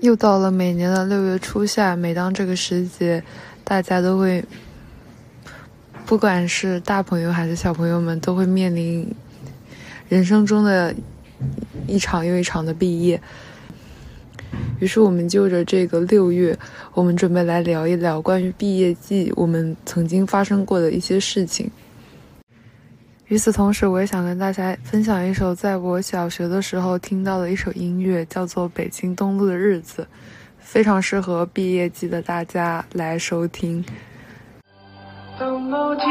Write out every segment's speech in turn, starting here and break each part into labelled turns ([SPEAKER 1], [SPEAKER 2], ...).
[SPEAKER 1] 又到了每年的六月初夏，每当这个时节，大家都会，不管是大朋友还是小朋友们，都会面临人生中的一场又一场的毕业。于是我们就着这个六月，我们准备来聊一聊关于毕业季我们曾经发生过的一些事情。与此同时，我也想跟大家分享一首在我小学的时候听到的一首音乐，叫做《北京东路的日子》，非常适合毕业季的大家来收听。
[SPEAKER 2] 当某天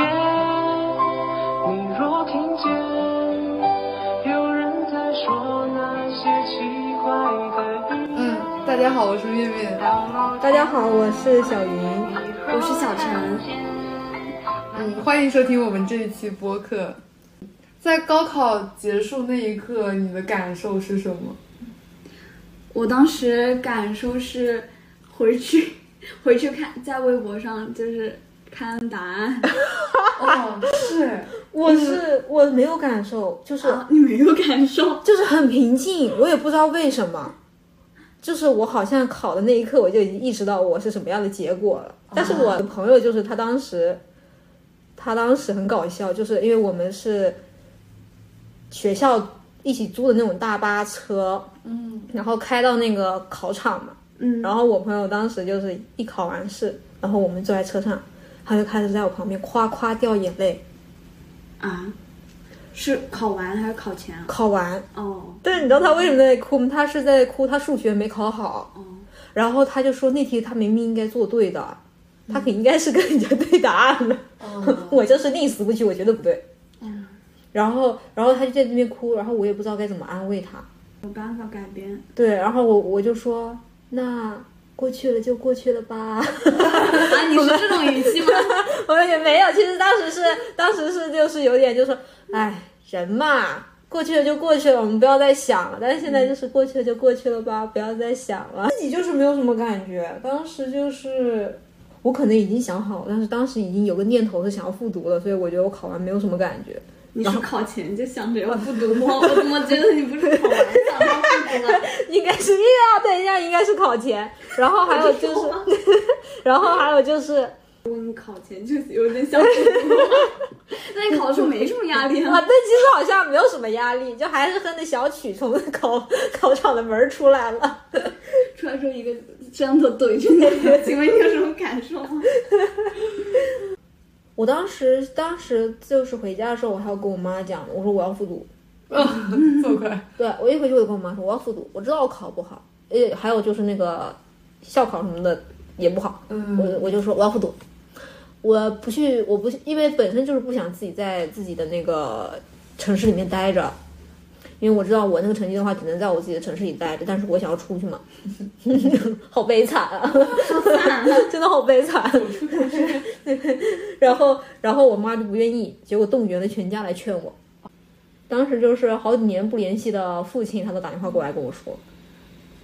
[SPEAKER 2] 你若听见有人在说那些奇怪的语，
[SPEAKER 3] 嗯，大家好，我是面面。
[SPEAKER 4] 大家好，我是小云。
[SPEAKER 5] 我是小陈，
[SPEAKER 3] 嗯，欢迎收听我们这一期播客。在高考结束那一刻，你的感受是什 么？
[SPEAKER 5] 我当时感受是回去回去看，在微博上就是看答案。
[SPEAKER 3] 哦，是，
[SPEAKER 4] 我是我没有感受，就是、
[SPEAKER 5] 啊，你没有感受？
[SPEAKER 4] 就是很平静，我也不知道为什么。就是我好像考的那一刻，我就已经意识到我是什么样的结果了。
[SPEAKER 5] 啊
[SPEAKER 4] 但是我的朋友就是他当时，他当时很搞笑，就是因为我们是学校一起租的那种大巴车，嗯，然后开到那个考场嘛，
[SPEAKER 5] 嗯
[SPEAKER 4] 然后我朋友当时就是一考完试，然后我们坐在车上，他就开始在我旁边夸夸掉眼泪。
[SPEAKER 5] 啊，是考完还是考前啊？
[SPEAKER 4] 考完，
[SPEAKER 5] 哦，
[SPEAKER 4] 但是你知道他为什么在哭吗？他是在哭他数学没考好，然后他就说那题他明明应该做对的，他可应该是跟人家对答案的， 我就是宁死不屈，我觉得不对。然后，然后他就在那边哭，然后我也不知道该怎么安慰他。
[SPEAKER 5] 没办法改变。
[SPEAKER 4] 对，然后我我就说，那过去了就过去了吧。
[SPEAKER 5] 啊，你是这种语气吗？
[SPEAKER 4] 我也没有，其实当时是当时是就是有点就是，哎，人嘛，过去了就过去了，我们不要再想了。但是现在就是过去了就过去了吧，不要再想了。自己就是没有什么感觉，当时就是我可能已经想好，但是当时已经有个念头是想要复读了，所以我觉得我考完没有什么感觉。
[SPEAKER 5] 你是考前就想着要复读吗？我怎么觉得你不是考完想要复读了？
[SPEAKER 4] 应该是哎呀，等一下应该是考前，然后还有就是， 然后还有就是。
[SPEAKER 5] 你考前就有点想复读了，那你考的时候没什么压力
[SPEAKER 4] 啊，
[SPEAKER 5] 啊？
[SPEAKER 4] 但其实好像没有什么压力，就还是哼着小曲从考考场的门儿出来了。
[SPEAKER 5] 出来之后一个砖头怼着你，请问你有什么感受吗？
[SPEAKER 4] 我当时当时就是回家的时候，我还要跟我妈讲，我说我要复读。
[SPEAKER 3] 嗯，这么快。
[SPEAKER 4] 对我一回去我就跟我妈说我要复读，我知道我考不好，而且还有就是那个校考什么的也不好，
[SPEAKER 3] 嗯
[SPEAKER 4] 我我就说我要复读。我不去，我不去，因为本身就是不想自己在自己的那个城市里面待着，因为我知道我那个成绩的话，只能在我自己的城市里待着，但是我想要出去嘛， 好悲惨啊， 真的好悲惨。 然后，然后我妈就不愿意，结果动员了全家来劝我。当时就是好几年不联系的父亲，他都打电话过来跟我说，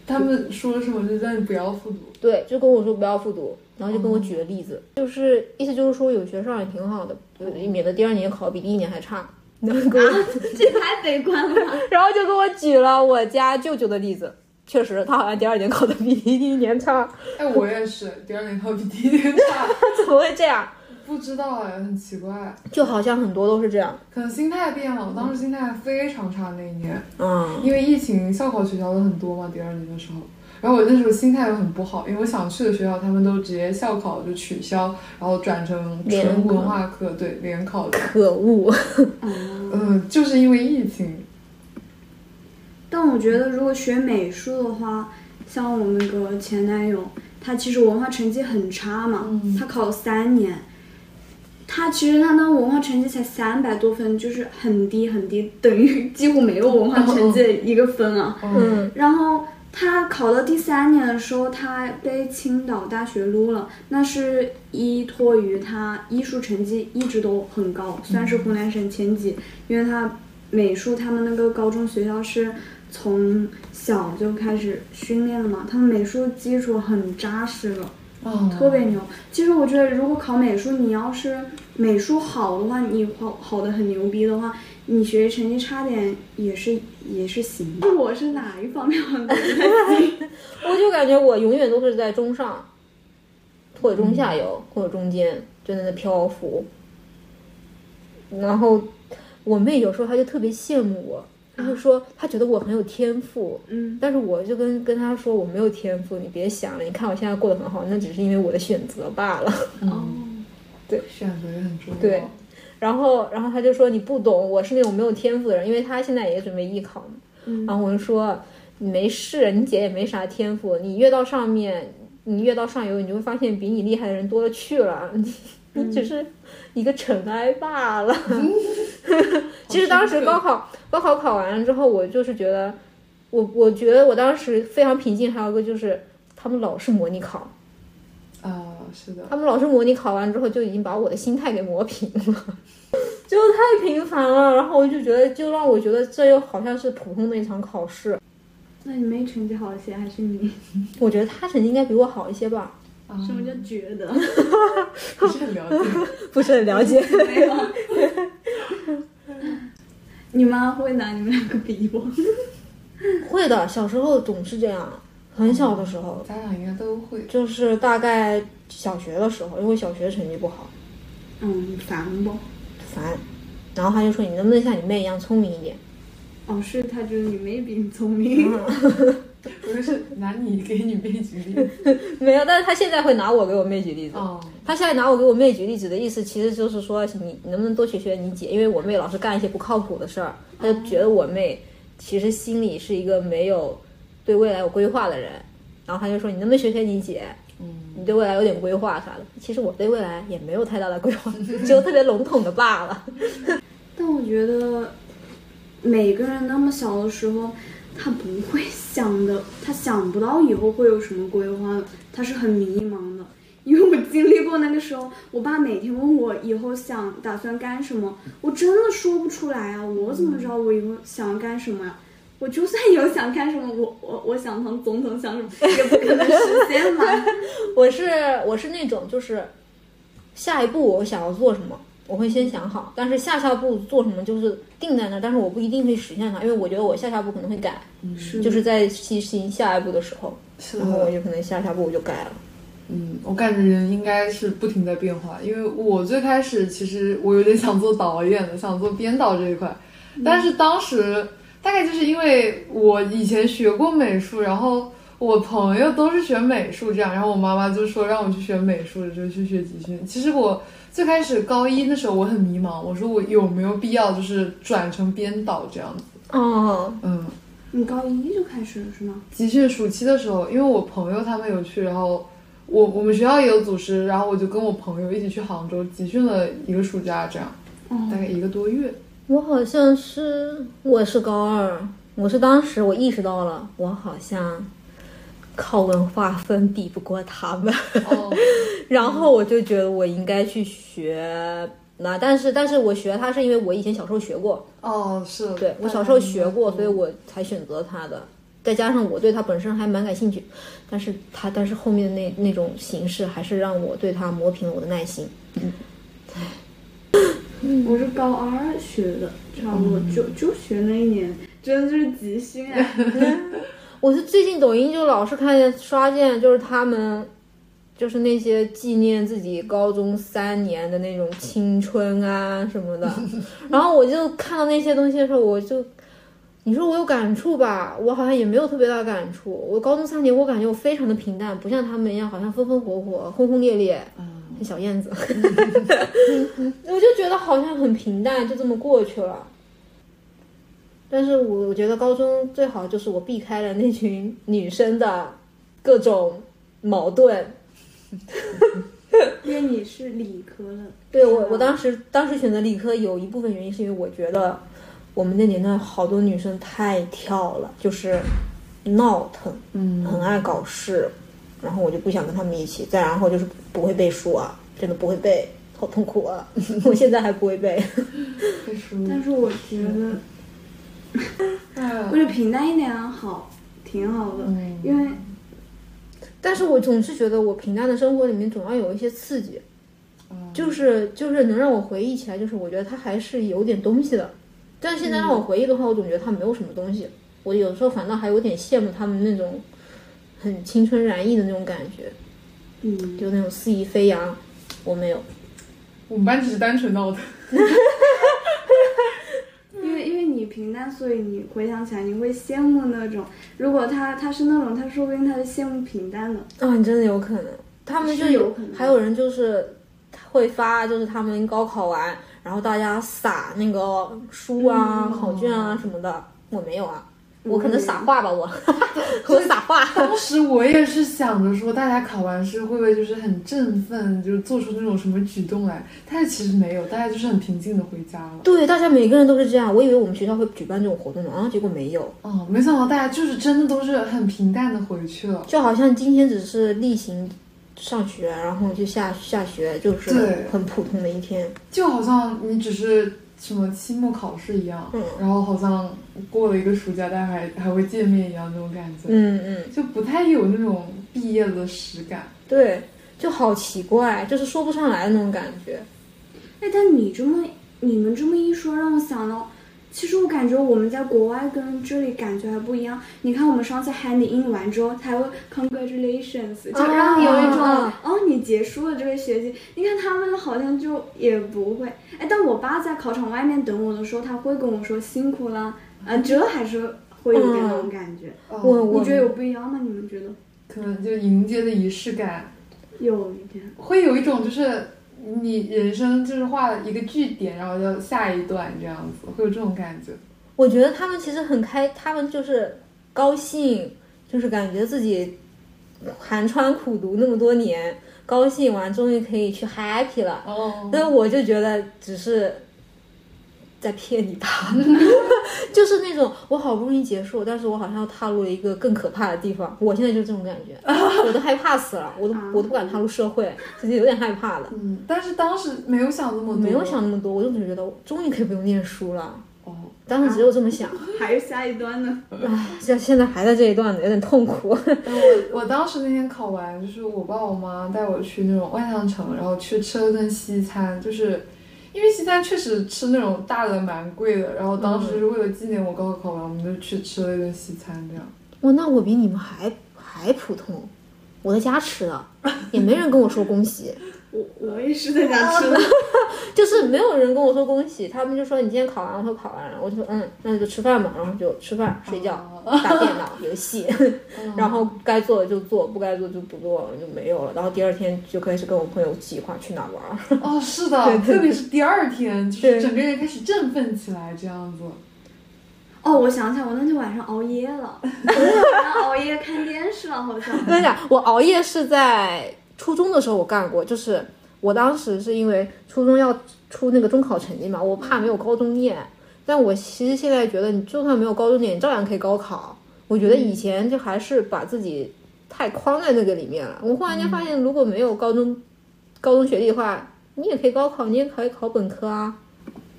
[SPEAKER 3] 他们说什么就让你不要复读。
[SPEAKER 4] 对，就跟我说不要复读，然后就跟我举了例子，就是意思就是说有学啊上也挺好的，就免得第二年考比第一年还差。然后跟我，
[SPEAKER 5] 这太悲观了。
[SPEAKER 4] 然后就跟我举了我家舅舅的例子，确实他好像第二年考的比第一年差，
[SPEAKER 3] 哎，我也是， 第二年考比第一年差，
[SPEAKER 4] 怎么会这样？
[SPEAKER 3] 不知道哎，很奇怪，
[SPEAKER 4] 就好像很多都是这样，
[SPEAKER 3] 可能心态变了。我当时心态非常差那一年，
[SPEAKER 4] 嗯，
[SPEAKER 3] 因为疫情，校考取消了很多嘛，第二年的时候。然后我那时候心态又很不好，因为我想去的学校他们都直接校考就取消，然后转成纯
[SPEAKER 4] 联考
[SPEAKER 3] 文化课，对联考的。
[SPEAKER 4] 可恶。
[SPEAKER 3] 嗯，就是因为疫情，
[SPEAKER 5] 但我觉得，如果学美术的话，像我那个前男友，他其实文化成绩很差嘛，他考了三年，他其实他那文化成绩才三百多分，就是很低很低，等于几乎没有文化成绩的一个分啊。
[SPEAKER 3] 嗯，
[SPEAKER 5] 然后他考到第三年的时候，他被青岛大学撸了，那是依托于他艺术成绩一直都很高，算是湖南省前几，因为他美术他们那个高中学校是。从小就开始训练了嘛，他们美术基础很扎实了，
[SPEAKER 3] 哦
[SPEAKER 5] 特别牛。其实我觉得，如果考美术，你要是美术好的话，你好好的很牛逼的话，你学习成绩差点也是也是行的。我是哪一方面很不太行？
[SPEAKER 4] 我就就感觉我永远都是在中上，或者中下游，或者中间，就在那漂浮。然后我妹有时候她就特别羡慕我，她就说她觉得我很有天赋，
[SPEAKER 5] 嗯，
[SPEAKER 4] 但是我就跟跟她说我没有天赋，你别想了，你看我现在过得很好，那只是因为我的选择罢了。
[SPEAKER 5] 哦，
[SPEAKER 3] 选择也很重要。
[SPEAKER 4] 对然后，然后他就说你不懂，我是那种没有天赋的人，因为他现在也准备艺考嘛。
[SPEAKER 5] 嗯
[SPEAKER 4] 然后我就说你没事，你姐也没啥天赋，你越到上面，你越到上游，你就会发现比你厉害的人多了去了， 你你只是一个尘埃罢了。 其实当时高考高考考完了之后，我就是觉得，我我觉得我当时非常平静。还有一个就是他们老是模拟考，
[SPEAKER 3] 啊，是的，
[SPEAKER 4] 他们老师模拟考完之后就已经把我的心态给磨平了， 就太频繁了。然后我就觉得，就让我觉得这又好像是普通的一场考试。
[SPEAKER 5] 那你妹成绩好一些还是你？
[SPEAKER 4] 我觉得他成绩应该比我好一些吧，
[SPEAKER 3] 啊，
[SPEAKER 5] 什么叫觉 得？
[SPEAKER 3] 不是很了解。
[SPEAKER 4] 不是很了解。
[SPEAKER 5] 没有。你妈会拿你们两个比我，
[SPEAKER 4] 会的，小时候总是这样，很小的时候，
[SPEAKER 3] 家长应该都会，
[SPEAKER 4] 就是大概小学的时候，因为小学成绩不好，
[SPEAKER 5] 嗯，烦不？
[SPEAKER 4] 烦。然后他就说：“你能不能像你妹一样聪明一点
[SPEAKER 5] 哦，是她觉得你妹比你聪明，
[SPEAKER 4] 啊
[SPEAKER 3] 我就是拿你给你妹举例子。？”
[SPEAKER 4] 没有，但是他现在会拿我给我妹举例子。
[SPEAKER 3] 哦，
[SPEAKER 4] 他现在拿我给我妹举例子的意思，其实就是说你你能不能多学学你姐，因为我妹老是干一些不靠谱的事儿，他就觉得我妹其实心里是一个没有对未来有规划的人，然后他就说你能不能学学你姐，
[SPEAKER 3] 嗯，
[SPEAKER 4] 你对未来有点规划啥的。其实我对未来也没有太大的规划， 只有特别笼统的罢了。
[SPEAKER 5] 但我觉得每个人那么小的时候，他不会想的，他想不到以后会有什么规划，他是很迷茫的。因为我经历过那个时候，我爸每天问我以后想打算干什么，我真的说不出来啊！我怎么知道我以后想要干什么呀、我就算有想干什么，我我我想当总统，想什么也不可能实现嘛。
[SPEAKER 4] 我是我是那种就是下一步我想要做什么，我会先想好，但是下下步做什么就是定在那儿，但是我不一定会实现它，因为我觉得我下下步可能会改。
[SPEAKER 5] 是
[SPEAKER 4] 就是在进行下一步的时候，
[SPEAKER 3] 是
[SPEAKER 4] 然后我
[SPEAKER 3] 的，
[SPEAKER 4] 就可能下下步我就改了。
[SPEAKER 3] 嗯，我感觉人应该是不停在变化，因为我最开始其实我有点想做导演的，想做编导这一块，但是当时大概就是因为我以前学过美术，然后。我朋友都是学美术这样，然后我妈妈就说让我去学美术，就去学集训。其实我最开始高一那时候我很迷茫，我说我有没有必要就是转成编导这样子？
[SPEAKER 4] 哦，
[SPEAKER 3] 嗯，
[SPEAKER 5] 你高一就开始了是吗？
[SPEAKER 3] 集训暑期的时候，因为我朋友他们有去，然后我我们学校也有组织，然后我就跟我朋友一起去杭州集训了一个暑假，这样
[SPEAKER 5] 哦
[SPEAKER 3] 大概一个多月。
[SPEAKER 4] 我好像是我是高二，我是当时我意识到了，我好像靠文化分比不过他们，
[SPEAKER 3] 哦，
[SPEAKER 4] 然后我就觉得我应该去学。那但是但是我学它是因为我以前小时候学过，
[SPEAKER 3] 哦，是，
[SPEAKER 4] 对我小时候学过，所以我才选择它的。再加上我对它本身还蛮感兴趣，但是它但是后面那那种形式还是让我对它磨平了我的耐心。
[SPEAKER 5] 我是高二学的，差不多就就学那一年，真的就是集训啊！
[SPEAKER 4] 我是最近抖音就老是看见刷见，就是他们，就是那些纪念自己高中三年的那种青春啊什么的，然后我就看到那些东西的时候，我就，你说我有感触吧，我好像也没有特别大的感触。我高中三年，我感觉我非常的平淡，不像他们一样，好像风风火火、轰轰烈烈，像小燕子， 我就觉得好像很平淡，就这么过去了。但是我我觉得高中最好就是我避开了那群女生的各种矛盾。
[SPEAKER 5] 因为你是理科的，
[SPEAKER 4] 对
[SPEAKER 5] 是
[SPEAKER 4] 我
[SPEAKER 5] 吧，
[SPEAKER 4] 我当时当时选择理科有一部分原因是因为我觉得我们那年的好多女生太跳了，就是闹腾，
[SPEAKER 3] 嗯，
[SPEAKER 4] 很爱搞事，然后我就不想跟她们一起。再然后就是不会背书啊，真的不会背，好痛苦啊！ 我现在还不会背。
[SPEAKER 3] 背书，
[SPEAKER 5] 但是我觉得
[SPEAKER 3] 哎
[SPEAKER 5] 或者平淡一点好，挺好的，
[SPEAKER 3] 嗯
[SPEAKER 5] 因为
[SPEAKER 4] 但是我总是觉得我平淡的生活里面总要有一些刺激，
[SPEAKER 3] 嗯
[SPEAKER 4] 就是就是能让我回忆起来，就是我觉得它还是有点东西的。但是现在让我回忆的话，我总觉得它没有什么东西。我有时候反倒还有点羡慕他们那种很青春燃溢的那种感觉，
[SPEAKER 5] 嗯，
[SPEAKER 4] 就那种肆意飞扬。我没有，
[SPEAKER 3] 我们班只是单纯闹 腾。
[SPEAKER 5] 因为因为你平淡，所以你回想起来你会羡慕那种。如果他他是那种，他说不定他就羡慕平淡了。
[SPEAKER 4] 啊、你真的有可能。他们就是
[SPEAKER 5] 有可能
[SPEAKER 4] 还有人就是会发，就是他们高考完，然后大家撒那个书啊、
[SPEAKER 5] 嗯
[SPEAKER 4] 考卷啊什么的。我没有啊，我可能撒画吧，我 我撒画。
[SPEAKER 3] 当时我也是想着说，大家考完试会不会就是很振奋，就是做出那种什么举动来？但是其实没有，大家就是很平静的回家了。
[SPEAKER 4] 对，大家每个人都是这样。我以为我们学校会举办这种活动呢，啊，结果没有。
[SPEAKER 3] 哦，没想到大家就是真的都是很平淡的回去了。
[SPEAKER 4] 就好像今天只是例行上学，然后就下下学，就是
[SPEAKER 3] 对
[SPEAKER 4] 很普通的一天。
[SPEAKER 3] 就好像你只是什么期末考试一样，
[SPEAKER 4] 嗯
[SPEAKER 3] 然后好像过了一个暑假，大家还还会见面一样那种感觉，
[SPEAKER 4] 嗯嗯，
[SPEAKER 3] 就不太有那种毕业的实感。
[SPEAKER 4] 对，就好奇怪，就是说不上来的那种感觉。
[SPEAKER 5] 哎，但你这么你们这么一说，让我想到，其实我感觉我们在国外跟这里感觉还不一样。你看，我们上次 hand in 完之后，才会 congratulations，就让啊你有一种、
[SPEAKER 4] 啊
[SPEAKER 5] 哦，你结束了这个学期。你看他们好像就也不会。哎，但我爸在考场外面等我的时候，他会跟我说辛苦了，呃，这还是会有点那种感觉。
[SPEAKER 3] 哦
[SPEAKER 4] 我我
[SPEAKER 5] 你觉得有不一样吗？你们觉得？
[SPEAKER 3] 可能就迎接的仪式感，
[SPEAKER 5] 有一点，
[SPEAKER 3] 会有一种就是你人生就是画了一个句点，然后就下一段这样子，会有这种感觉。
[SPEAKER 4] 我觉得他们其实很开，他们就是高兴，就是感觉自己寒窗苦读那么多年，高兴完终于可以去 happy 了。
[SPEAKER 3] 哦
[SPEAKER 4] 那我就觉得只是在骗你吧， 就是那种我好不容易结束，但是我好像要踏入了一个更可怕的地方。我现在就是这种感觉，我都害怕死了，我都我都不敢踏入社会，其实有点害怕的。
[SPEAKER 3] 嗯，但是当时没有想那么
[SPEAKER 4] 我
[SPEAKER 3] 多，
[SPEAKER 4] 没有想那么多，我就只觉得终于可以不用念书了。
[SPEAKER 3] 哦，
[SPEAKER 4] 当时只有这么想，
[SPEAKER 5] 还有下一段呢。
[SPEAKER 4] 唉，现现在还在这一段呢，有点痛苦。
[SPEAKER 3] 但我我当时那天考完，就是我爸我妈带我去那种外向城，然后去吃了顿西餐，就是因为西餐确实吃那种大的蛮贵的，然后当时
[SPEAKER 4] 嗯
[SPEAKER 3] 是为了纪念我高考考完，我们就去吃了一顿西餐，这样。
[SPEAKER 4] 哇，那我比你们还还普通，我在家吃的，啊也没人跟我说恭喜。
[SPEAKER 5] 我我也是在家吃的。
[SPEAKER 4] 就是没有人跟我说恭喜，他们就说你今天考完，我说考完了，我就说嗯，那就吃饭吧，然后就吃饭、睡觉、
[SPEAKER 3] 哦
[SPEAKER 4] 打电脑、游戏，
[SPEAKER 3] 嗯
[SPEAKER 4] 然后该做的就做，不该做就不做了，就没有了。然后第二天就开始跟我朋友计划去哪玩儿，
[SPEAKER 3] 哦，是的，特别是第二天，就
[SPEAKER 4] 对
[SPEAKER 3] 是整个人开始振奋起来，这样子。
[SPEAKER 5] 哦，我想起来，我那天晚上熬夜了，我那天晚上熬夜看电视了，好像。
[SPEAKER 4] 我跟你讲，我熬夜是在初中的时候我干过，就是我当时是因为初中要出那个中考成绩嘛，我怕没有高中念。但我其实现在觉得，你就算没有高中念，你照样可以高考。我觉得以前就还是把自己太框在那个里面了。我忽然间发现，如果没有高中、高中学历的话，你也可以高考，你也可以考本科啊。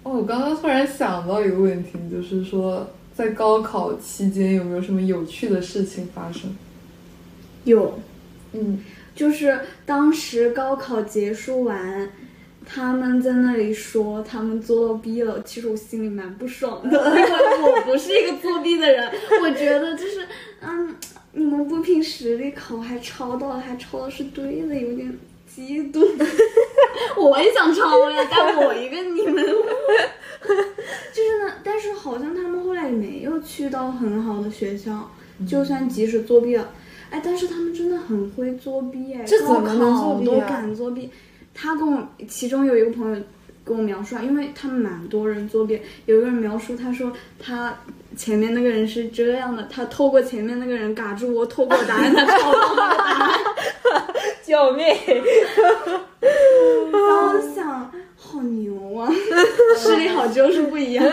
[SPEAKER 3] 哦，我刚刚突然想到一个问题，就是说在高考期间有没有什么有趣的事情发生？
[SPEAKER 5] 有，
[SPEAKER 3] 嗯，
[SPEAKER 5] 就是当时高考结束完，他们在那里说他们做到逼了，其实我心里蛮不爽的， 因为我不是一个作弊的人，我觉得就是，嗯，你们不凭实力考还抄到了，还抄的是对的，有点嫉妒。 我也想抄呀，但我一个你们。 就是呢，但是好像他们后来也没有去到很好的学校，就算即使作弊了，哎，但是他们真的很会作弊哎，
[SPEAKER 3] 这怎么能
[SPEAKER 5] 高
[SPEAKER 3] 作
[SPEAKER 5] 考
[SPEAKER 3] 弊啊
[SPEAKER 5] 都敢作弊。他跟我其中有一个朋友跟我描述啊，因为他们蛮多人作弊，有一个人描述他说他前面那个人是这样的，他透过前面那个人嘎住我，透过答案他抄到了答案。
[SPEAKER 4] 救命！
[SPEAKER 5] 然后我想，好牛啊，视力好就是不一样。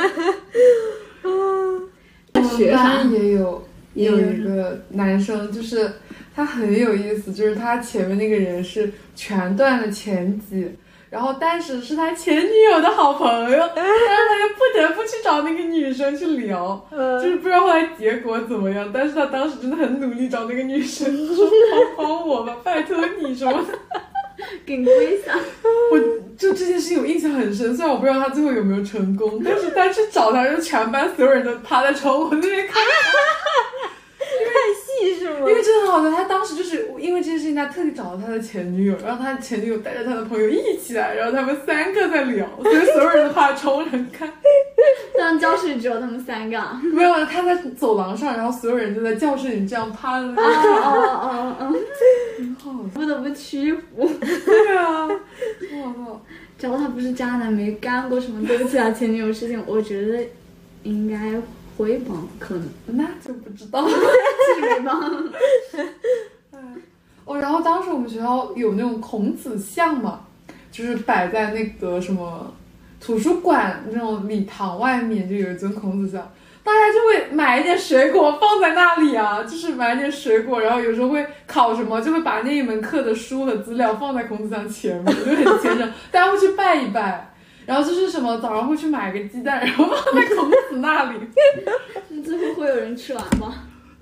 [SPEAKER 3] 学班也有
[SPEAKER 5] 也
[SPEAKER 3] 有
[SPEAKER 5] 有
[SPEAKER 3] 一个男生，就是他很有意思，就是他前面那个人是全段的前几，然后但是是他前女友的好朋友，但是他又不得不去找那个女生去聊，就是不知道后来结果怎么样，但是他当时真的很努力找那个女生说帮帮我吧，拜托你什么的。
[SPEAKER 5] 给你跪下。
[SPEAKER 3] 我就这件事情我印象很深，虽然我不知道他最后有没有成功，但是他去找他，就全班所有人都趴在窗户那边看，
[SPEAKER 4] 戏是吗
[SPEAKER 3] 因为这是很好笑，他当时就是因为这件事情，他特地找了他的前女友，让他前女友带着他的朋友一起来，然后他们三个在聊，所以所有人的话超难看。
[SPEAKER 5] 但教室里只有他们三个。哦
[SPEAKER 3] 没有，啊他在走廊上，然后所有人就在教室里这样趴着。
[SPEAKER 5] 哦哦哦哦！不得不屈服。
[SPEAKER 3] 对 啊，我靠！
[SPEAKER 5] 只要他不是渣男，没干过什么对不起他前女友的事情，我觉得应该回帮，可能
[SPEAKER 3] 那就不知道。
[SPEAKER 5] 是回帮。
[SPEAKER 3] 哦，然后当时我们学校有那种孔子像嘛，就是摆在那个什么图书馆那种礼堂外面，就有一尊孔子像，大家就会买一点水果放在那里啊，就是买一点水果，然后有时候会考什么，就会把那一门课的书和资料放在孔子像前面，就很虔诚，大家会去拜一拜。然后就是什么早上会去买个鸡蛋，然后放在孔子那里，
[SPEAKER 5] 那最后会有人吃完吗？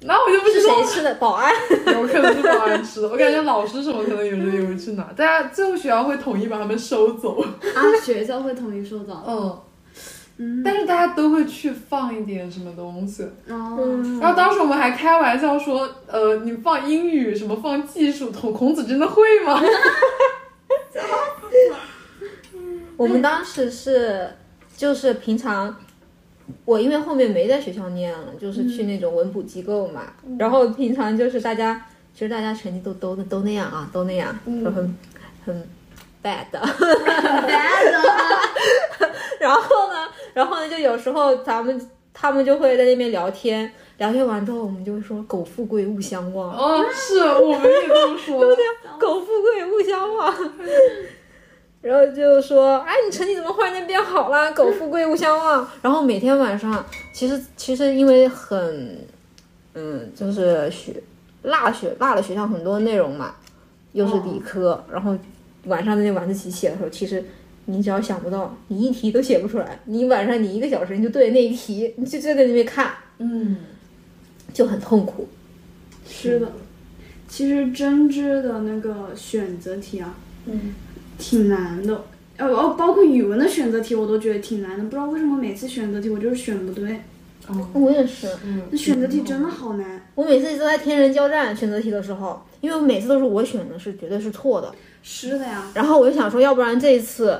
[SPEAKER 3] 那我就不
[SPEAKER 4] 是
[SPEAKER 3] 知道
[SPEAKER 4] 谁吃的？保安。
[SPEAKER 3] 有可能是保安吃的，我感觉老师什么可能有人有人去拿，大家最后学校会统一把他们收走。
[SPEAKER 5] 啊，学校会统一收走。
[SPEAKER 3] 嗯，
[SPEAKER 5] 嗯，
[SPEAKER 3] 但是大家都会去放一点什么东西。
[SPEAKER 5] 哦，
[SPEAKER 4] 嗯
[SPEAKER 3] 然后当时我们还开玩笑说，呃，你放英语什么放技术，孔孔子真的会吗？
[SPEAKER 4] 我们当时是就是平常，我因为后面没在学校念了，就是去那种文补机构嘛，然后平常就是大家其实大家成绩都都都那样啊，都那样，就很很 bad 的。 然后呢，然后呢，就有时候咱们他们就会在那边聊天，聊天完之后，我们就会说“苟富贵，勿相忘”。
[SPEAKER 3] 哦，是我们也这么说。
[SPEAKER 4] 苟富贵勿相忘。 然后就说，哎，你成绩怎么忽然间变好了？苟富贵勿相忘。然后每天晚上，其实其实因为很，嗯，就是学落学落了学校很多内容嘛，又是理科，然后晚上在那晚自习写的时候，其实你只要想不到，你一题都写不出来，你晚上你一个小时你就对着那一题，你就就在那边看，
[SPEAKER 3] 嗯，
[SPEAKER 4] 就很痛苦。
[SPEAKER 5] 是的。其实针织的那个选择题啊，
[SPEAKER 3] 嗯，
[SPEAKER 5] 挺难的。呃哦，包括语文的选择题，我都觉得挺难的。不知道为什么每次选择题我就是选不对，
[SPEAKER 3] 哦，
[SPEAKER 4] 我也是，
[SPEAKER 3] 嗯，
[SPEAKER 5] 那选择题真的好难。
[SPEAKER 4] 我每次都在天人交战选择题的时候，因为我每次都是我选的是绝对是错的，
[SPEAKER 5] 是的呀，
[SPEAKER 4] 然后我就想说，要不然这一次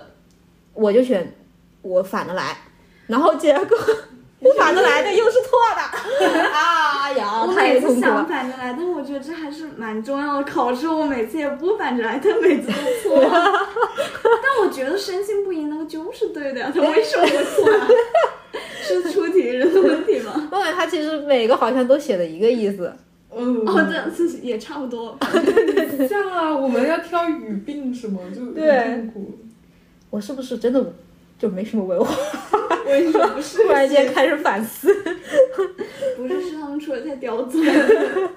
[SPEAKER 4] 我就选我反着来，然后结果我反着来的又是错的，啊呀，
[SPEAKER 5] 我
[SPEAKER 4] 太
[SPEAKER 5] 每次
[SPEAKER 4] 痛苦
[SPEAKER 5] 想
[SPEAKER 4] 了。
[SPEAKER 5] 反着来，但哦我觉得这还是蛮重要的。考试我每次也不反着来，但每次都错。但我觉得深信不疑那个就是对的呀，他为什么会错呀？是出题人的问题吗？
[SPEAKER 4] 我感觉他其实每个好像都写的一个意思，
[SPEAKER 3] 嗯，
[SPEAKER 5] 哦，这次也差不多。
[SPEAKER 3] 像啊，我们要挑语病什么就
[SPEAKER 4] 对
[SPEAKER 3] 很痛 苦。
[SPEAKER 4] 我是不是真的就没什么文化？
[SPEAKER 5] 我跟你说，不 是
[SPEAKER 4] 突然间开始反思。
[SPEAKER 5] 不是，是他们出的太刁钻。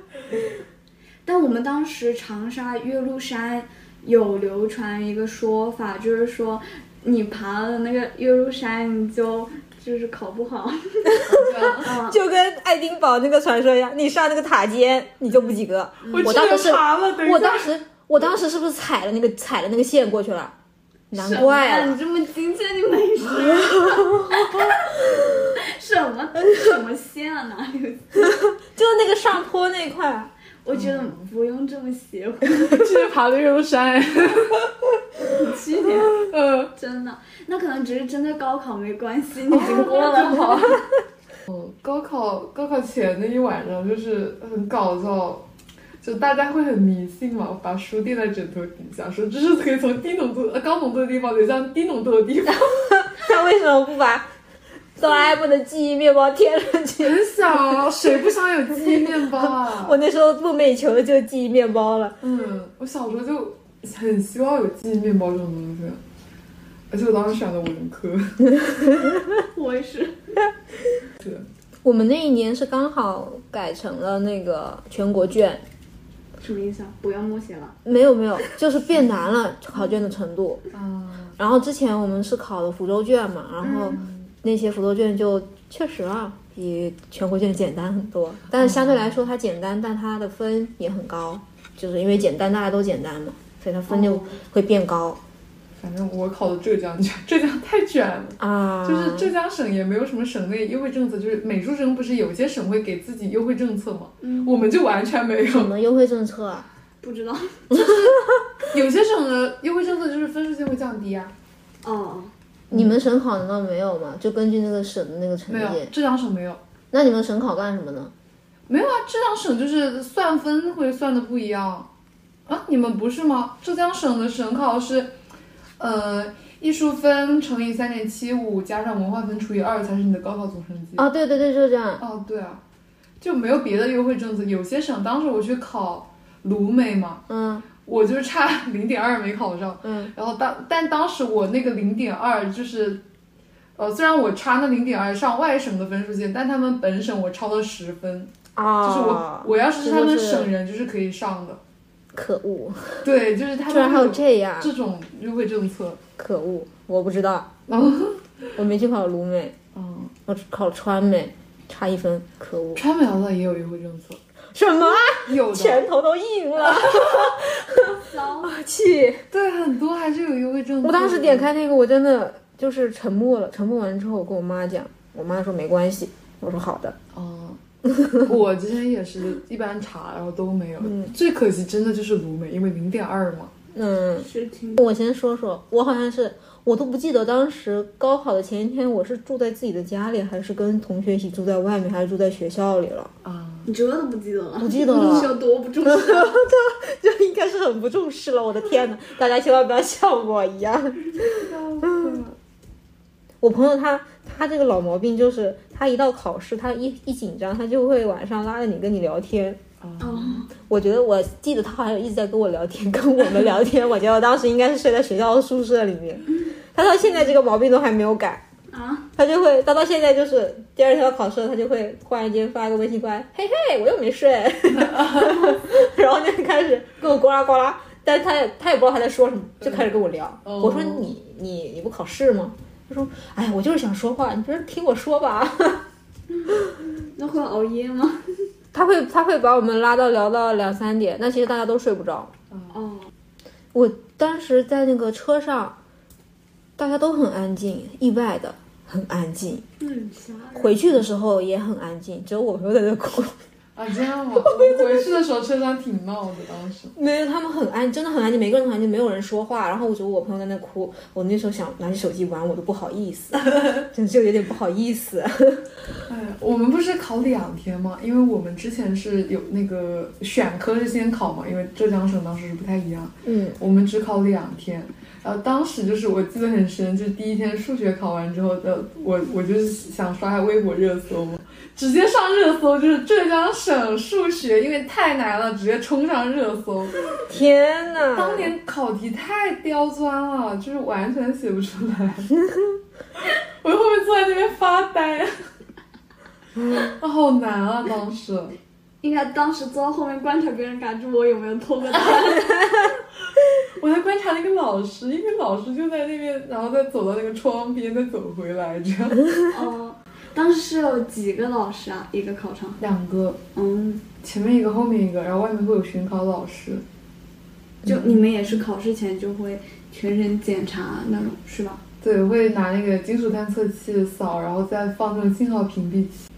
[SPEAKER 5] 但我们当时长沙岳麓山有流传一个说法，就是说你爬了那个岳麓山，你就就是考不好。啊，
[SPEAKER 4] 就跟爱丁堡那个传说一样，你上那个塔尖，你就不及格。我
[SPEAKER 3] 嗯我
[SPEAKER 4] 当时
[SPEAKER 3] 去
[SPEAKER 4] 是，
[SPEAKER 3] 查了，等一
[SPEAKER 4] 我
[SPEAKER 3] 下
[SPEAKER 4] 当时，我当时是不是踩了那个踩了那个线过去了？难怪啊
[SPEAKER 5] 什么呀
[SPEAKER 4] 了
[SPEAKER 5] 你，这么精确，你没事。什么什么线啊？哪里有？
[SPEAKER 4] 就是那个上坡那一块。
[SPEAKER 5] 我觉得不用这么邪乎，
[SPEAKER 3] 去爬的岳麓 山。
[SPEAKER 5] 去年
[SPEAKER 3] 嗯。
[SPEAKER 5] 真的，那可能只是针对高考没关系，你已经过了。
[SPEAKER 3] 嗯，高考高考前那一晚上就是很搞笑，就大家会很迷信嘛，把书垫在枕头底下，说这是可以从低浓度、呃高浓度的地方流向低浓度的地方。
[SPEAKER 4] 他为什么不把哆啦 A 梦的记忆面包贴上 去？
[SPEAKER 3] 很想，谁不想有记忆面包 啊？
[SPEAKER 4] 我那时候梦寐以求的就是记忆面包了。
[SPEAKER 3] 嗯，我小时候就很希望有记忆面包这种东西，而且我当时选的文科。
[SPEAKER 5] 我也是。
[SPEAKER 3] 对，
[SPEAKER 4] 我们那一年是刚好改成了那个全国卷，
[SPEAKER 5] 什么意思啊？不要默写了。
[SPEAKER 4] 没有没有，就是变难了考卷的程度。
[SPEAKER 3] 啊，
[SPEAKER 4] 然后之前我们是考的福州卷嘛，然后
[SPEAKER 3] 嗯
[SPEAKER 4] 那些福州卷就确实啊比全国卷简单很多，但是相对来说它简单，但它的分
[SPEAKER 3] 哦
[SPEAKER 4] 也很高，就是因为简单大家都简单嘛，所以它分就会变高。
[SPEAKER 3] 反正我考的浙江卷，浙江太卷了。
[SPEAKER 4] 啊，
[SPEAKER 3] 就是浙江省也没有什么省内优惠政策，就是美术生不是有些省会给自己优惠政策吗？
[SPEAKER 5] 嗯
[SPEAKER 3] 我们就完全没
[SPEAKER 4] 什
[SPEAKER 3] 有。
[SPEAKER 4] 么优惠政策啊？
[SPEAKER 5] 不知道。
[SPEAKER 3] 有些省的优惠政策就是分数线会降低啊，
[SPEAKER 5] 哦，
[SPEAKER 4] 你们省考难道没有吗？就根据那个省的那个成
[SPEAKER 3] 嗯没有
[SPEAKER 4] 绩。
[SPEAKER 3] 浙江省没有，
[SPEAKER 4] 那你们省考干什么呢？
[SPEAKER 3] 没有啊，浙江省就是算分会算的不一样啊，你们不是吗？浙江省的省考是，呃，艺术分乘以三点七五加上文化分除以二才是你的高考总成绩。
[SPEAKER 4] 啊，对对对，就是这样。
[SPEAKER 3] 哦，对啊，就没有别的优惠政策。有些省当时我去考鲁美嘛，
[SPEAKER 4] 嗯
[SPEAKER 3] 我就差 零点二没考上。
[SPEAKER 4] 嗯
[SPEAKER 3] 然后当但当时我那个零点二就是，呃，虽然我差那零点二上外省的分数线，但他们本省我超了十分，
[SPEAKER 4] 啊，
[SPEAKER 3] 就是我我要是是他们
[SPEAKER 4] 这就是
[SPEAKER 3] 省人就是可以上的。
[SPEAKER 4] 可恶，
[SPEAKER 3] 对，就是他
[SPEAKER 4] 居然
[SPEAKER 3] 们
[SPEAKER 4] 还有
[SPEAKER 3] 会有
[SPEAKER 4] 这样，
[SPEAKER 3] 这种优惠政策。
[SPEAKER 4] 可恶，我不知道，
[SPEAKER 3] 嗯
[SPEAKER 4] 我没去考鲁美，
[SPEAKER 3] 嗯，
[SPEAKER 4] 我只考川美，差一分，可恶。
[SPEAKER 3] 川美好像也有优惠政策，
[SPEAKER 4] 什么？
[SPEAKER 3] 有的。
[SPEAKER 4] 拳头都硬了，
[SPEAKER 5] 骚，
[SPEAKER 4] 气！
[SPEAKER 3] 对，很多还是有优惠政策。
[SPEAKER 4] 我当时点。开那个，我真的就是沉默了。沉默完之后，我跟我妈讲，我妈说没关系，我说好的。
[SPEAKER 3] 嗯，我之前也是一般查，然后都没有。最可惜真的就是鲁美，因为零点二嘛。
[SPEAKER 4] 嗯，
[SPEAKER 5] 是挺
[SPEAKER 4] 我先说说，我好像是我都不记得当时高考的前一天，我是住在自己的家里，还是跟同学一起住在外面，还是住在学校里了？
[SPEAKER 3] 啊，
[SPEAKER 5] 你这都不记得了？
[SPEAKER 4] 不记得了
[SPEAKER 5] 你有多不 重视？
[SPEAKER 4] 这应该是很不重视了。我的天呐，大家千万不要像我一样。我朋友他他这个老毛病就是，他一到考试，他一一紧张，他就会晚上拉着你跟你聊天。
[SPEAKER 3] 啊
[SPEAKER 5] 哦，
[SPEAKER 4] 我觉得我记得他好像一直在跟我聊天，跟我们聊天。我觉得我当时应该是睡在学校的宿舍里面。他到现在这个毛病都还没有改，
[SPEAKER 5] 啊，
[SPEAKER 4] 他就会他到现在就是第二天要考试了，他就会忽然间发个微信过来，嘿嘿，我又没睡， 然后就开始跟我呱啦呱啦，但是他也他也不知道他在说什么，就开始跟我聊。
[SPEAKER 3] 嗯
[SPEAKER 4] 我说你你你不考试吗？他说，哎，我就是想说话，你就是听我说吧。
[SPEAKER 5] 那会熬夜吗？
[SPEAKER 4] 他会他会把我们拉到聊到两三点，那其实大家都睡不着。
[SPEAKER 5] 哦，
[SPEAKER 4] 我当时在那个车上，大家都很安静，意外的很安静。
[SPEAKER 5] 那很吓人。
[SPEAKER 4] 回去的时候也很安静，只有我朋友在那哭。
[SPEAKER 3] 啊，这样吗？我回去的时候车厢挺闹的，当时。
[SPEAKER 4] 没有，他们很安，真的很安静，每个人很安静，没有人说话。然后我觉得我朋友在那哭，我那时候想拿起手机玩，我都不好意思， 就就有点不好意思。
[SPEAKER 3] 哎，我们不是考两天吗？因为我们之前是有那个选科是先考嘛，因为浙江省当时是不太一样，
[SPEAKER 4] 嗯，
[SPEAKER 3] 我们只考两天。然后当时就是我记得很深，就是第一天数学考完之后的我，我就是想刷下微博热搜嘛，直接上热搜就是浙江省数学，因为太难了，直接冲上热搜。
[SPEAKER 4] 天呐，
[SPEAKER 3] 当年考题太刁钻了，就是完全写不出来。我后面坐在那边发呆，啊，好难啊！当时
[SPEAKER 5] 应该当时坐到后面观察别人，感知我有没有偷个懒。
[SPEAKER 3] 我还观察那个老师，因为老师就在那边，然后再走到那个窗边，再走回来，这样。
[SPEAKER 5] 哦，当时是有几个老师啊？一个考场。
[SPEAKER 3] 两个，
[SPEAKER 5] 嗯，
[SPEAKER 3] 前面一个，后面一个，然后外面会有巡考老师。
[SPEAKER 5] 就你们也是考试前就会全身检查那种是吧？
[SPEAKER 3] 对，会拿那个金属探测器扫，然后再放那种信号屏蔽器。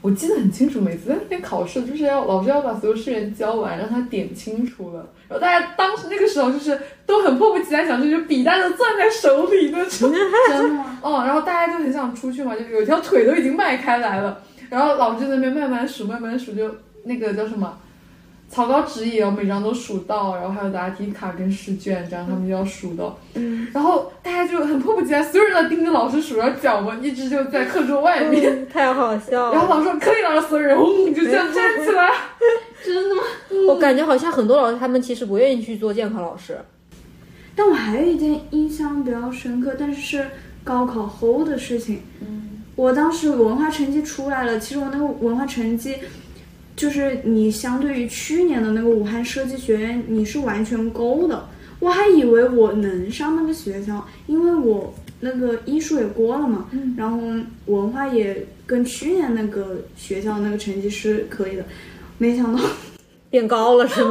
[SPEAKER 3] 我记得很清楚，每次在那边考试，就是要老师要把所有试卷交完，让他点清楚了。然后大家当时那个时候就是都很迫不及待想出去，就是笔袋都攥在手里那种。
[SPEAKER 5] 真的吗？
[SPEAKER 3] 哦，然后大家就很想出去嘛，就有一条腿都已经迈开来了。然后老师就在那边慢慢数，慢慢数，就那个叫什么草稿纸也要每张都数到，然后还有答题卡跟试卷，这样他们就要数到。
[SPEAKER 5] 嗯，
[SPEAKER 3] 然后大家就很迫不及待，所有人都盯着老师数，然后脚嘛一直就在课桌外面。
[SPEAKER 4] 嗯太好笑
[SPEAKER 3] 然后
[SPEAKER 4] 了。
[SPEAKER 3] 老师说可以了，然后所有人轰就这样站起来。
[SPEAKER 5] 真的吗？
[SPEAKER 4] 我感觉好像很多老师他们其实不愿意去做监考老师。
[SPEAKER 5] 但我还有一件印象比较深刻，但是是高考后的事情。我当时文化成绩出来了，其实我那个文化成绩，就是你相对于去年的那个武汉设计学院，你是完全够的。我还以为我能上那个学校，因为我那个艺术也过了嘛，然后文化也跟去年那个学校那个成绩是可以的，没想到
[SPEAKER 4] 变高了是吗？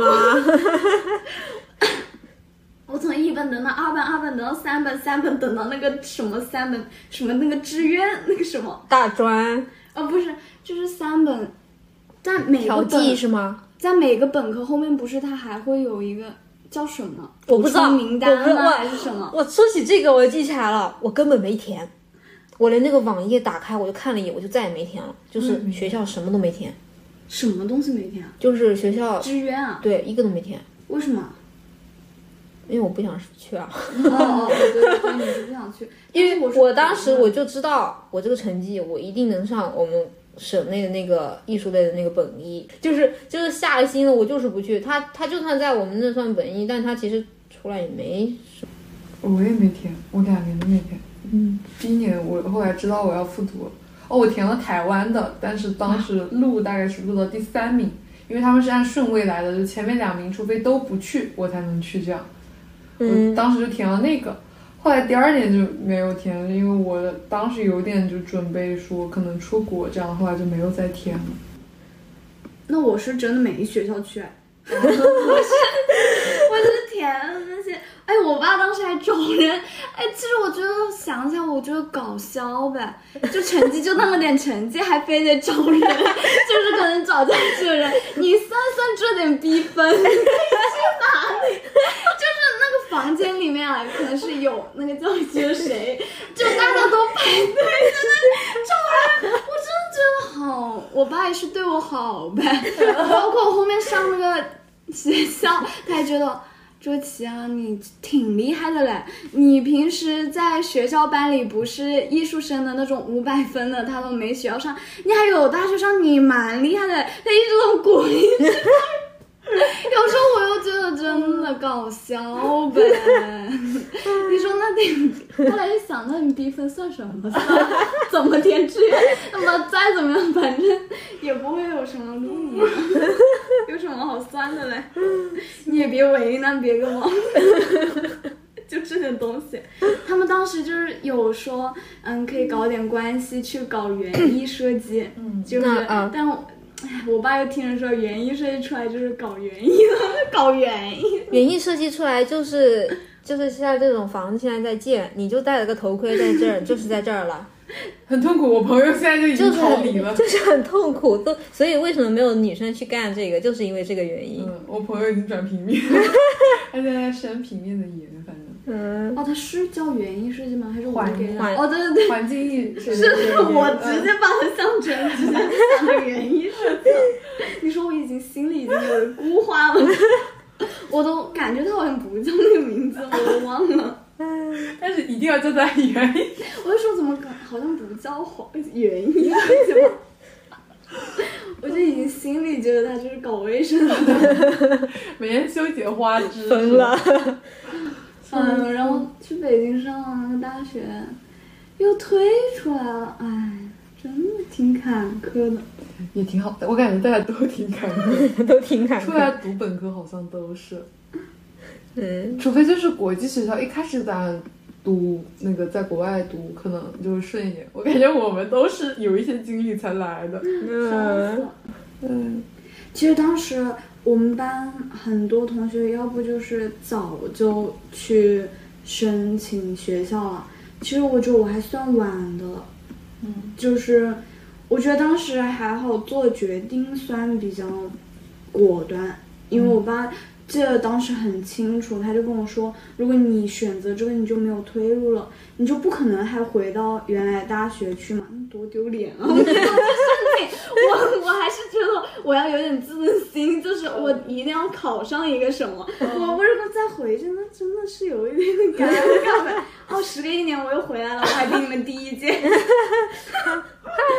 [SPEAKER 5] 我从一本等到二本，二本等到三本，三本等到那个什么三本什么那个志愿那个什 么，
[SPEAKER 4] 大专
[SPEAKER 5] 呃不是，就是三本，在每
[SPEAKER 4] 调
[SPEAKER 5] 个
[SPEAKER 4] 剂
[SPEAKER 5] 本
[SPEAKER 4] 是吗？
[SPEAKER 5] 在每个本科后面不是它还会有一个叫什么
[SPEAKER 4] 我不知道
[SPEAKER 5] 补充名
[SPEAKER 4] 我不
[SPEAKER 5] 单
[SPEAKER 4] 知道
[SPEAKER 5] 吗还是什么？
[SPEAKER 4] 我说起这个，我记起来了，我根本没填，我连那个网页打开我就看了一眼，我就再也没填了，
[SPEAKER 5] 嗯
[SPEAKER 4] 就是学校什么都没填，
[SPEAKER 5] 什么东西没填啊？
[SPEAKER 4] 就是学校
[SPEAKER 5] 志愿啊？
[SPEAKER 4] 对一个都没填，
[SPEAKER 5] 为什 么？
[SPEAKER 4] 因为我不想去啊。
[SPEAKER 5] 哦哦，对对对，你是不想去，
[SPEAKER 4] 因为
[SPEAKER 5] 我是
[SPEAKER 4] 我当时
[SPEAKER 5] 想
[SPEAKER 4] 我就知道，我这个成绩我一定能上我们省内的那个艺术类的那个本一，就是就是下了心了，我就是不去。他他就算在我们那算本一，但他其实出来也没
[SPEAKER 3] 我也没填，我两年都没填。嗯，第一年我后来知道我要复读，哦，我填了台湾的，但是当时录大概是录到第三名，因为他们是按顺位来的，就前面两名除非都不去，我才能去这样。我
[SPEAKER 4] 嗯
[SPEAKER 3] 当时就填了那个，后来第二年就没有填了，因为我当时有点就准备说可能出国这样，后来就没有再填了。
[SPEAKER 5] 那我是真的没学校去，啊 我是我是填的那些，哎，我爸当时还找人，哎，其实我觉得想想，我觉得搞笑呗，就成绩就那么点成绩，还非得找人， 就是可能找在这人，你算算这点逼分， 你去哪里？ 就是那个房间里面啊，可能是有那个叫学谁，就大家都排队，就是找人，我真的觉得好，我爸也是对我好呗， 包括我后面上那个学校，他还觉得。周琦啊，你挺厉害的嘞！你平时在学校班里不是艺术生的那种五百分的，他都没学校上，你还有大学上，你蛮厉害的。他一直都鼓励 我，有时候我又觉得真的搞笑呗。你说那得，后来一想，那你逼分算什么？ 算怎么填志愿？那么再怎么样，反正也不会有什么路 嘛，有什么好算的嘞？你也别为难别个 嘛。就这点东西，他们当时就是有说，嗯，可以搞点关系去搞园艺设计，嗯，就是，
[SPEAKER 4] 那啊
[SPEAKER 5] 但我，哎，我爸又听人说园艺设计出来就是搞园艺 的，搞园艺，
[SPEAKER 4] 园艺设计出来就是就是像这种房子现在在建，你就戴了个头盔在这儿，就是在这儿 了，
[SPEAKER 3] 很痛苦，我朋友现在就已
[SPEAKER 4] 就
[SPEAKER 3] 经
[SPEAKER 4] 是
[SPEAKER 3] 逃离了
[SPEAKER 4] 很。就是很痛苦。都所以为什么没有女生去干这个，就是因为这个原因。
[SPEAKER 3] 嗯，我朋友已经转平面，他现在在删平面的盐，反正
[SPEAKER 4] 嗯，
[SPEAKER 5] 哦，它是叫园艺设计吗？还是我
[SPEAKER 3] 环
[SPEAKER 5] 给的？
[SPEAKER 4] 环
[SPEAKER 5] 哦，对对对，嗯
[SPEAKER 3] 环境艺术
[SPEAKER 5] 是我直接把它想成直接想的原因是这样， 你说我已经心里已经有人孤花了， 我都感觉它好像不叫那个名字，我都忘了。
[SPEAKER 3] 嗯但是一定要叫他原因。
[SPEAKER 5] 我就说怎么搞好像不叫好原因是吧？ 我就已经心里觉得它就是搞卫生的。
[SPEAKER 3] 每天修剪花枝，
[SPEAKER 4] 疯了。
[SPEAKER 5] 嗯，然后去北京上啊那个大学，又推出来了，哎，真的挺坎坷的。
[SPEAKER 3] 也挺好的。我感觉大家都挺坎坷，
[SPEAKER 4] 都挺坎坷。
[SPEAKER 3] 出来读本科好像都是，
[SPEAKER 4] 嗯，
[SPEAKER 3] 除非就是国际学校一开始打算读那个在国外读，可能就会顺一点。我感觉我们都是有一些经历才来的。
[SPEAKER 5] 笑死
[SPEAKER 4] 嗯，
[SPEAKER 3] 嗯，
[SPEAKER 5] 其实当时我们班很多同学，要不就是早就去申请学校了。其实我觉得我还算晚的，嗯，就是我觉得当时还好做决定算比较果断，因为我爸记得当时很清楚，他就跟我说，如果你选择这个，你就没有退路了，你就不可能还回到原来大学去嘛，那多丢脸啊！ 我 我还是觉得我要有点自尊心，就是我一定要考上一个什么。我不是再回去，那真的是有一点尴尬 呗。哦，时隔一年我又回来了，我还比你们第一届，
[SPEAKER 4] 啊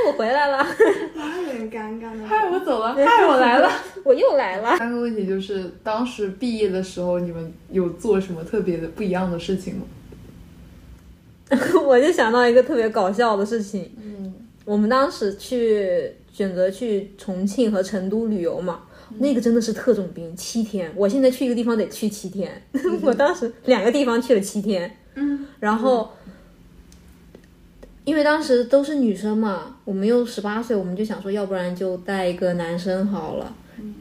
[SPEAKER 4] 我回来了，
[SPEAKER 5] 还有点尴尬呢。
[SPEAKER 3] 哎嗨，我走了，嗨，我来了。
[SPEAKER 4] 我又来了。
[SPEAKER 3] 三个问题就是，当时毕业的时候，你们有做什么特别的不一样的事情吗？
[SPEAKER 4] 我就想到一个特别搞笑的事情，嗯，我们当时去选择去重庆和成都旅游嘛，那个真的是特种兵，七天。我现在去一个地方得去七天， 我当时两个地方去了七天，
[SPEAKER 5] 嗯，
[SPEAKER 4] 然后。因为当时都是女生嘛，我们又十八岁，我们就想说，要不然就带一个男生好了。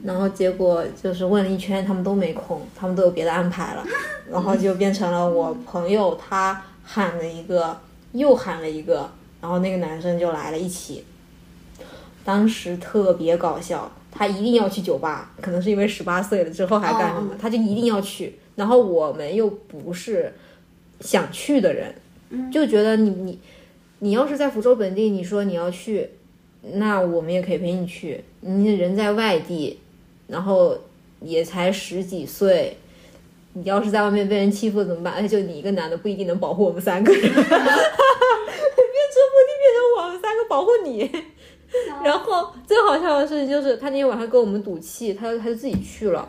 [SPEAKER 4] 然后结果就是问了一圈，他们都没空，他们都有别的安排了，然后就变成了我朋友他喊了一个，又喊了一个，然后那个男生就来了一起，当时特别搞笑，他一定要去酒吧，可能是因为十八岁了之后还干什么，
[SPEAKER 5] 哦
[SPEAKER 4] 他就一定要去，然后我们又不是想去的人，就觉得你你你要是在福州本地，你说你要去，那我们也可以陪你去。你人在外地，然后也才十几岁，你要是在外面被人欺负怎么办？而且 就你一个男的不一定能保护我们三个人， 变成不一定变成我们三个保护你。然后最好笑的事情就是，他那天晚上跟我们赌气，他他就自己去了。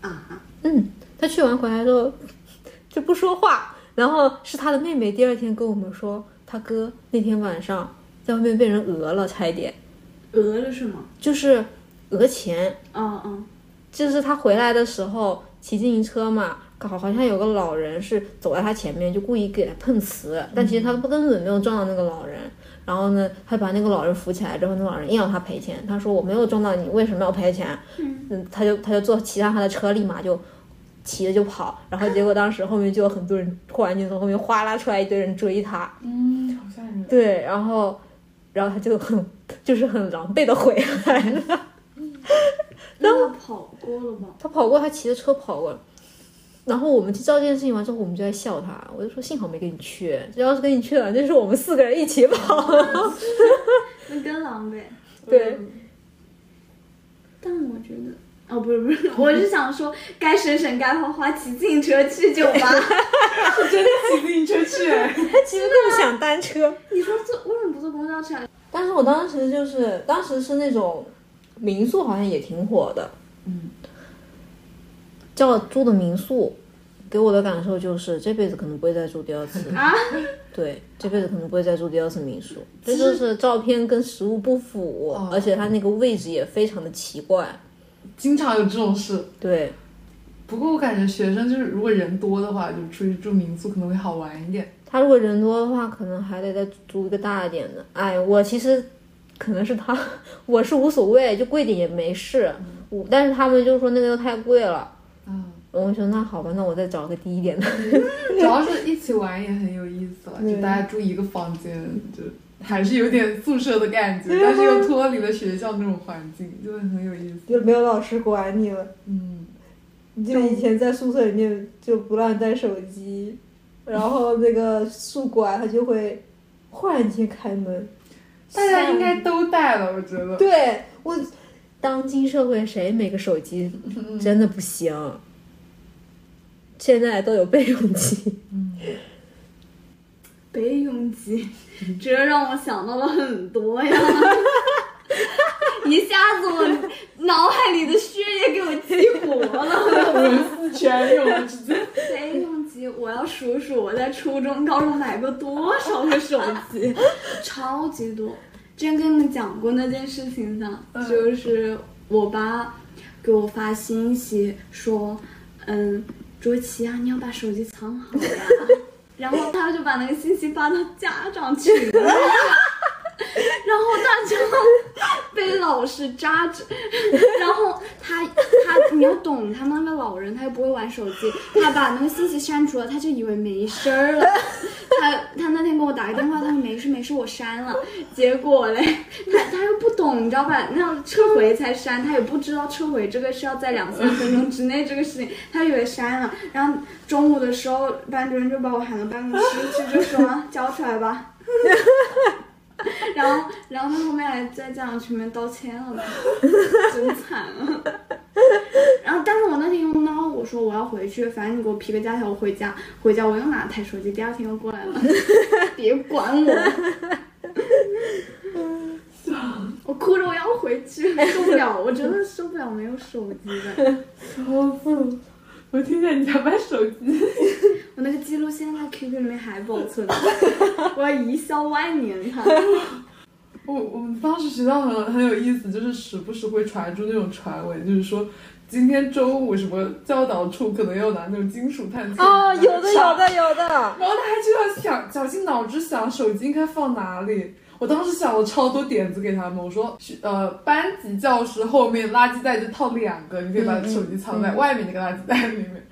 [SPEAKER 5] 啊，
[SPEAKER 4] 嗯，他去完回来之后 就不说话，然后是他的妹妹第二天跟我们说，他哥那天晚上在外面被人讹了，差一点
[SPEAKER 5] 讹了是吗？
[SPEAKER 4] 就是讹钱，
[SPEAKER 5] 嗯嗯，
[SPEAKER 4] 就是他回来的时候骑自行车嘛，好好像有个老人是走在他前面，就故意给他碰瓷，但其实他根本没有撞到那个老人。然后呢，他把那个老人扶起来之后，那个老人硬要他赔钱，他说我没有撞到你，为什么要赔钱？嗯，他就他就坐骑上他的车，立马就骑着就跑。然后结果当时后面就有很多人突然间从后面哗啦出来一堆人追他，
[SPEAKER 3] 嗯，好吓人。
[SPEAKER 4] 对，然后，然后他就很就是很狼狈的回来了。
[SPEAKER 5] 那他跑过了吧？
[SPEAKER 4] 他跑过，他骑着车跑过。然后我们知道这件事情完之后，我们就在笑他。我就说幸好没跟你去，这要是跟你去了，就是我们四个人一起跑。
[SPEAKER 5] 那跟狼呗。
[SPEAKER 4] 对，
[SPEAKER 5] 但我觉得，哦，不是不是，我是想说，该省省，该花花，骑自行车去酒吧。
[SPEAKER 3] 真的骑自行车去哎，
[SPEAKER 4] 他其实更想单车。
[SPEAKER 5] 你说坐为什么不坐公交车啊？
[SPEAKER 4] 但是我当时就是，当时是那种民宿，好像也挺火的。
[SPEAKER 3] 嗯，
[SPEAKER 4] 叫住的民宿，给我的感受就是这辈子可能不会再住第二次。
[SPEAKER 5] 啊
[SPEAKER 4] 对，这辈子可能不会再住第二次民宿。这就是照片跟实物不符，而且它那个位置也非常的奇怪。
[SPEAKER 3] 经常有这种事。
[SPEAKER 4] 对，
[SPEAKER 3] 不过我感觉学生就是如果人多的话，就出去住民宿可能会好玩一点。
[SPEAKER 4] 他如果人多的话，可能还得再租一个大一点的。哎，我其实可能是他， 我是无所谓，就贵点也没事。我但是他们就说那个又太贵了，
[SPEAKER 3] 嗯，
[SPEAKER 4] 我说那好吧，那我再找个低一点的。
[SPEAKER 3] 主要是一起玩也很有意思了，就大家住一个房间，就还是有点宿舍的感觉，但是 又脱离了学校那种环境，就会很有意思。
[SPEAKER 4] 就没有老师管你了，
[SPEAKER 3] 嗯，
[SPEAKER 4] 你就以前在宿舍里面就不让带手机，然后那个宿管他就会忽然间开门。
[SPEAKER 3] 大家应该都带了，我觉得。
[SPEAKER 4] 对我，当今社会谁没个 手机？真的不行。现在都有备用机，
[SPEAKER 5] 备用机，这让我想到了很多呀。 一下子我脑海里的血液给我激活了。
[SPEAKER 3] 四全用了，直接
[SPEAKER 5] 备哎用机，我要数数我在初中、高中买过多少个手机，超级多。之前跟你们讲过那件事情的，就是我爸给我发信息说，嗯，卓琪啊，你要把手机藏好呀。 然后他就把那个信息发到家长群里 面，然后大家 被老师扎着，然后他他你要懂他们那个老人，他又不会玩手机，他把那个信息删除了，他就以为没事儿了。他他那天给我打个电话，他说没事没事，我删了。结果嘞，他他又不懂，你知道吧？那样撤回才删，他也不知道撤回这个是要在两三分钟之内这个事情，他以为删了。然后中午的时候，班主任就把我喊到办公室去，就说交出来吧。然后，然后他后面还在家长群里面道歉了嘛，真惨啊！然后，但是我那天用到，我说我要回去，反正你给我批个假条，我回家，回家我又拿台手机，第二天又过来了， 别管我，我哭着我要回去，受不了，我真的受不了没有手机的，
[SPEAKER 3] 超棒！我听见你在玩手机，
[SPEAKER 5] 我那个记录现在在 QQ 里面还保存着， 我要贻笑万年 它。
[SPEAKER 3] 我我们当时学校很很有意思，就是时不时会传出那种传闻，就是说今天中午什么教导处可能要拿那种金属探测
[SPEAKER 5] 哦
[SPEAKER 4] 啊，
[SPEAKER 3] 仪
[SPEAKER 4] 有的有的有的，
[SPEAKER 3] 然后他还就要想绞尽脑汁想手机应该放哪里。我当时想了超多点子给他们，我说学呃班级教室后面垃圾袋就套两个，你可以把
[SPEAKER 4] 嗯嗯
[SPEAKER 3] 手机藏在
[SPEAKER 4] 嗯
[SPEAKER 3] 外面那个垃圾袋里面，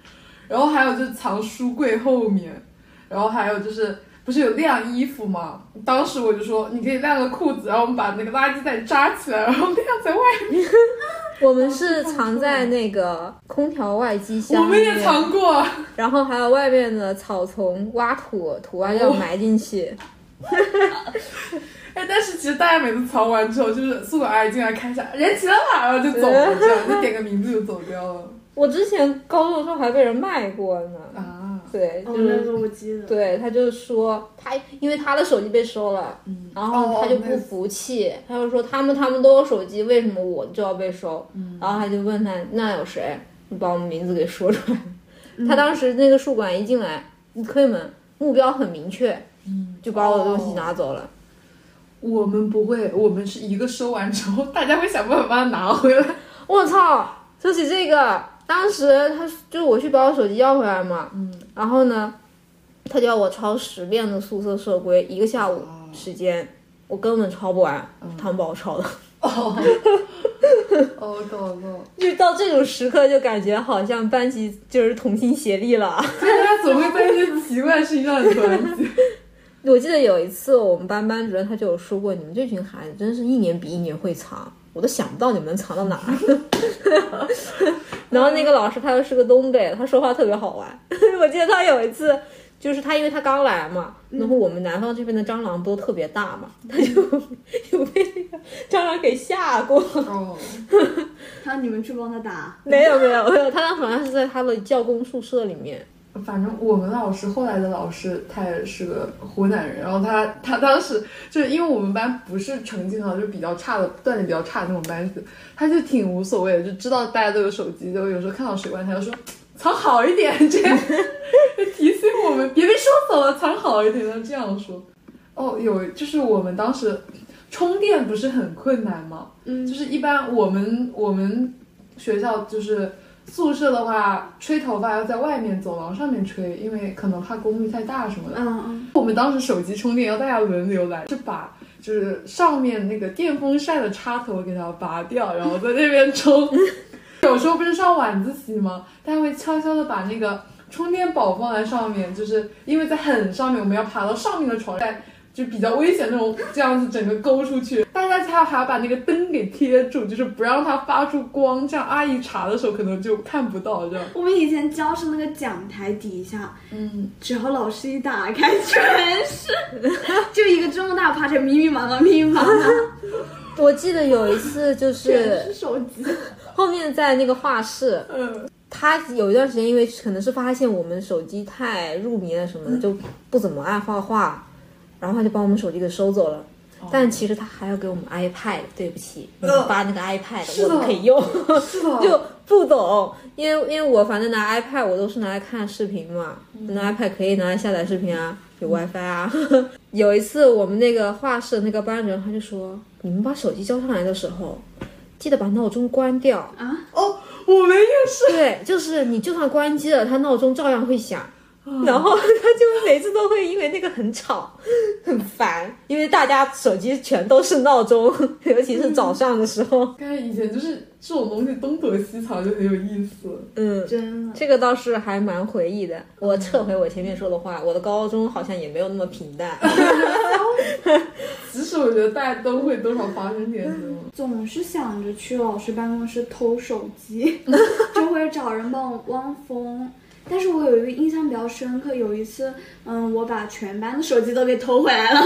[SPEAKER 3] 然后还有就是藏书柜后面，然后还有就是。不是有晾衣服吗？当时我就说，你可以晾个裤子，然后我们把那个垃圾袋扎起来，然后晾在外面。
[SPEAKER 4] 我们是藏在那个空调外机箱，
[SPEAKER 3] 我们也，藏过，
[SPEAKER 4] 然后还有外面的草丛挖土，土挖掉埋进去。
[SPEAKER 3] 哎，但是其实大家每次藏完之后，就是宿管阿姨进来看一下，人齐了嘛，然后就走了，这样就点个名字就走掉了。
[SPEAKER 4] 我之前高中的时候还被人卖过呢，
[SPEAKER 3] 啊，
[SPEAKER 4] 对，
[SPEAKER 5] 哦
[SPEAKER 4] 就，
[SPEAKER 5] 那
[SPEAKER 4] 是
[SPEAKER 5] 个我记得。
[SPEAKER 4] 对，他就说嗯他因为他的手机被收了，然后
[SPEAKER 3] 哦
[SPEAKER 4] 他就
[SPEAKER 3] 那
[SPEAKER 4] 不服气，他就说他们他们都有手机，为什么我就要被收？然后他就问他那有谁？你把我们名字给说出来。他当时那个宿管一进来，一推门，目标很明确，就把我的
[SPEAKER 3] 哦
[SPEAKER 4] 东西拿走了。
[SPEAKER 3] 我们不会，我们是一个收完之后，大家会想办法把它拿回来。
[SPEAKER 4] 我操！说起这个，当时他就是我去把我手机要回来嘛，嗯，然后呢，他就要我抄十遍的宿舍社规，一个下午时间，我根本抄不完，他们把我抄的。
[SPEAKER 3] 哦，懂了。
[SPEAKER 4] 就到这种时刻，就感觉好像班级就是同心协力了。
[SPEAKER 3] 大家总会在一些奇怪的事情上团结。
[SPEAKER 4] 我记得有一次，我们班班主任他就有说过，你们这群孩子真是一年比一年会藏，我都想不到你们能藏到哪儿。 然后那个老师他又是个东北，他说话特别好玩。 我记得他有一次，就是他因为他刚来嘛，然后我们南方这边的蟑螂不都特别大嘛，他就 有被那个蟑螂给吓过。
[SPEAKER 3] 哦，
[SPEAKER 5] 他你们去帮他打，
[SPEAKER 4] 没有没有没有，他当时好像是在他的教工宿舍里面。
[SPEAKER 3] 反正我们老师后来的老师，他也是个湖南人，然后他他当时就是因为我们班不是成绩很好，就是比较差的锻炼比较差的那种班级，他就挺无所谓的，就知道大家都有手机，就有时候看到谁玩，他就说藏好一点，这样就提醒我们别被收走了，藏好一点，他这样说。哦，有就是我们当时充电不是很困难吗？就
[SPEAKER 5] 嗯，
[SPEAKER 3] 是一般我们我们学校就是宿舍的话，吹头发要在外面走廊上面吹，因为可能怕功率太大什么的。
[SPEAKER 5] 嗯
[SPEAKER 3] 我们当时手机充电要大家轮流来，就把就是上面那个电风扇的插头给它拔掉，然后在那边充。有时候不是上晚自习吗？大家会悄悄的把那个充电宝放在上面，就是因为在很上面，我们要爬到上面的床，再就比较危险那种，这样子整个勾出去。大家还还要把那个灯给贴住，就是不让它发出光，这样阿姨查的时候可能就看不到这样。
[SPEAKER 5] 我们以前教室那个讲台底下，
[SPEAKER 3] 嗯，
[SPEAKER 5] 只要老师一打开，全是，就一个这么大趴着，密密麻麻，密密麻麻，
[SPEAKER 4] 我记得有一次就
[SPEAKER 5] 全
[SPEAKER 4] 是
[SPEAKER 5] 是手机。
[SPEAKER 4] 后面在那个画室，
[SPEAKER 3] 嗯，
[SPEAKER 4] 他有一段时间因为可能是发现我们手机太入迷了什
[SPEAKER 3] 嗯
[SPEAKER 4] 么的，就不怎么爱画画，然后他就把我们手机给收走了。
[SPEAKER 3] 哦
[SPEAKER 4] 但其实他还要给我们 iPad，对不起，你们发那个 iPad
[SPEAKER 3] 嗯是
[SPEAKER 4] 我
[SPEAKER 3] 的
[SPEAKER 4] 们可以用，
[SPEAKER 3] 是的，
[SPEAKER 4] 就不懂，因为因为我反正拿 iPad 我都是拿来看视频嘛，
[SPEAKER 3] 嗯
[SPEAKER 4] 拿 iPad 可以拿来下载视频啊，有 WiFi 啊。有一次我们那个画室那个班主任他就说，你们把手机交上来的时候，记得把闹钟关掉。
[SPEAKER 3] 哦，我们也是。
[SPEAKER 4] 对，就是你就算关机了，它闹钟照样会响。
[SPEAKER 5] 啊
[SPEAKER 4] 然后他就每次都会因为那个很吵， 很烦，因为大家手机全都是闹钟， 尤其是早上的时候。
[SPEAKER 3] 感觉以前就是这种东西东躲西藏就很有意思。
[SPEAKER 4] 嗯，
[SPEAKER 5] 真的，
[SPEAKER 4] 这个倒是还蛮回忆的。我撤回我前面说的话，我的高中好像也没有那么平淡。
[SPEAKER 5] 啊
[SPEAKER 3] 其实我觉得大家都会多少发生哦点什么。
[SPEAKER 5] 总是想着去老师办公室偷手机，就会找人帮我汪峰。但是我有一个印象比较深刻，有一次，嗯，我把全班的手机都给偷回来了，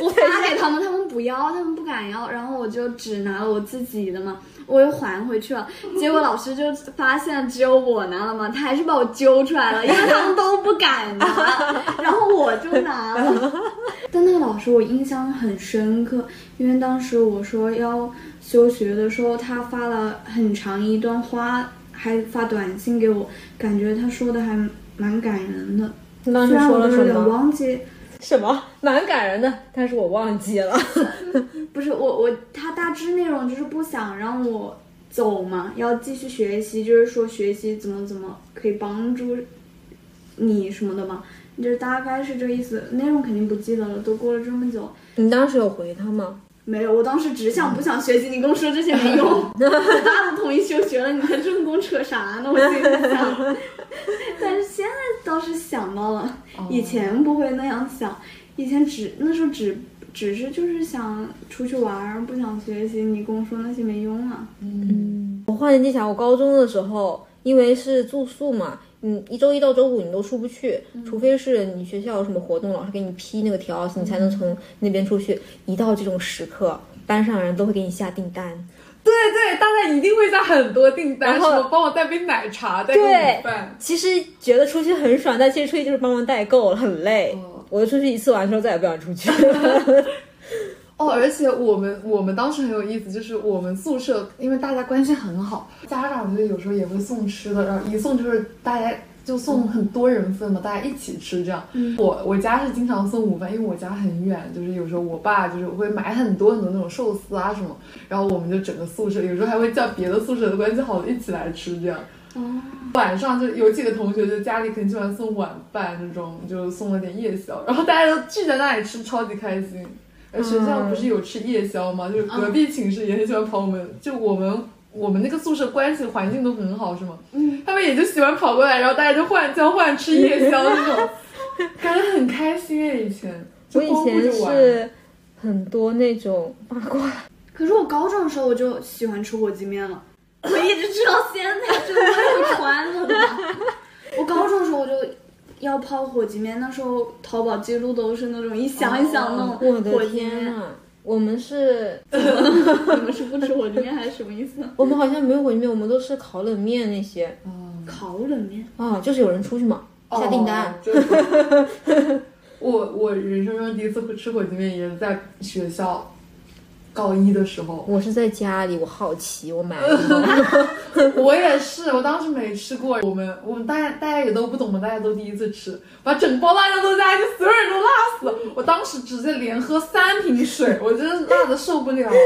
[SPEAKER 5] 我发给他们，他们不要，他们不敢要，然后我就只拿了我自己的嘛，我又还回去了。结果老师就发现只有我拿了嘛，他还是把我揪出来了，因为他们都不敢拿，然后我就拿了。但那个老师我印象很深刻，因为当时我说要休学的时候，他发了很长一段话，还发短信给我，感觉他说的还蛮感人的。
[SPEAKER 4] 你当
[SPEAKER 5] 虽
[SPEAKER 4] 时
[SPEAKER 5] 然
[SPEAKER 4] 说
[SPEAKER 5] 我
[SPEAKER 4] 了
[SPEAKER 5] 都
[SPEAKER 4] 什
[SPEAKER 5] 有点
[SPEAKER 4] 么？
[SPEAKER 5] 忘记，
[SPEAKER 4] 什么？蛮感人的，但是我忘记了。
[SPEAKER 5] 不是我我他大致内容就是不想让我走嘛，要继续学习，就是说学习怎么怎么可以帮助你什么的嘛。你这大概是这意思，内容肯定不记得了，都过了这么久。
[SPEAKER 4] 你当时有回他吗？
[SPEAKER 5] 没有，我当时只想不想学习，你跟我说这些没用。我大不统一休学了，你跟正宫扯啥呢？我心里想。但是现在倒是想到了，以前不会那样想，以前只那时候只只是就是想出去玩儿，不想学习。你跟我说那些没用啊。
[SPEAKER 4] 我忽然间想，我高中的时候，因为是住宿嘛，你一周一到周五你都出不去，
[SPEAKER 3] 嗯
[SPEAKER 4] 除非是你学校有什么活动，老师给你批那个条，你才
[SPEAKER 3] 嗯
[SPEAKER 4] 能从那边出去。一到这种时刻，班上人都会给你下订单，
[SPEAKER 3] 对对，大家一定会下很多订单，
[SPEAKER 4] 然后
[SPEAKER 3] 什么帮我带杯奶茶，带个
[SPEAKER 4] 对
[SPEAKER 3] 午饭。
[SPEAKER 4] 其实觉得出去很爽，但其实出去就是帮忙代购了，很累。
[SPEAKER 3] 哦
[SPEAKER 4] 我就出去一次玩之后再也不想出去。
[SPEAKER 3] 哦，而且我们我们当时很有意思，就是我们宿舍因为大家关系很好，家长就有时候也会送吃的，然后一送就是大家就送很多人份嘛，大家一起吃这样。我我家是经常送午饭，因为我家很远，就是有时候我爸就是会买很多很多那种寿司啊什么，然后我们就整个宿舍有时候还会叫别的宿舍的关系好的一起来吃这样。
[SPEAKER 5] 哦，
[SPEAKER 3] 晚上就有几个同学就家里很喜欢送晚饭这种，就送了点夜宵，然后大家都聚在那里吃，超级开心。
[SPEAKER 4] 嗯
[SPEAKER 3] 而学校不是有吃夜宵吗？就是隔壁寝室也很喜欢跑我们，就我们我们那个宿舍关系环境都很好，是吗？
[SPEAKER 5] 嗯，
[SPEAKER 3] 他们也就喜欢跑过来，然后大家就换交换吃夜宵那 种，感觉很开心哎，以前。就
[SPEAKER 4] 我以
[SPEAKER 3] 光顾
[SPEAKER 4] 前
[SPEAKER 3] 着玩
[SPEAKER 4] 是很多那种八卦，
[SPEAKER 5] 可是我高中的时候我就喜欢吃火鸡面了，我一直吃到现在，真的太 传了吧。我高中的时候我就要泡火鸡面，那时候淘宝记录都是那种一箱一箱弄
[SPEAKER 4] 哦我
[SPEAKER 5] 火
[SPEAKER 4] 的
[SPEAKER 5] 鸡
[SPEAKER 4] 天
[SPEAKER 5] 面。
[SPEAKER 4] 呐，我们是，
[SPEAKER 5] 你们是不吃火鸡面还是什么意 思？
[SPEAKER 4] 我们好像没有火鸡面，我们都是烤冷面那些
[SPEAKER 3] 哦
[SPEAKER 5] 烤冷 面。
[SPEAKER 4] 啊，就是有人出去嘛，下订单
[SPEAKER 3] 哦。 就是我我人生中第一次会吃火鸡面也是在学校高一的时候，
[SPEAKER 4] 我是在家里，我好奇，我买了。
[SPEAKER 3] 我也是，我当时没吃过。我们我们大家大家也都不懂嘛，大家都第一次吃，把整包辣椒都加进去，所有人都辣死了。我当时直接连喝三瓶水，我真是辣的受不了了，